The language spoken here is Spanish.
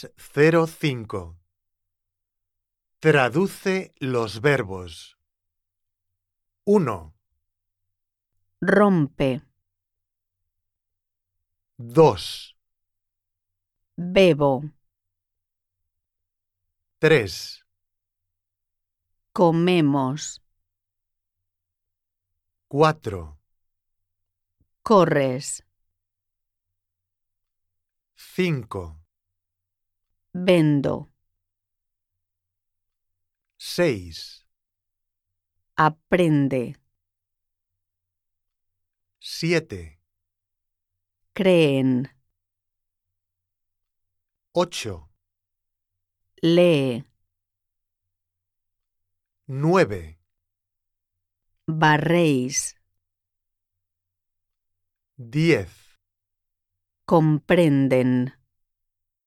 605. Traduce los verbos. 1, rompe, 2, bebo, 3, comemos, 4, corres, 5, vendo, 6, aprende, 7, creen, 8, lee, 9, barréis, 10. comprenden.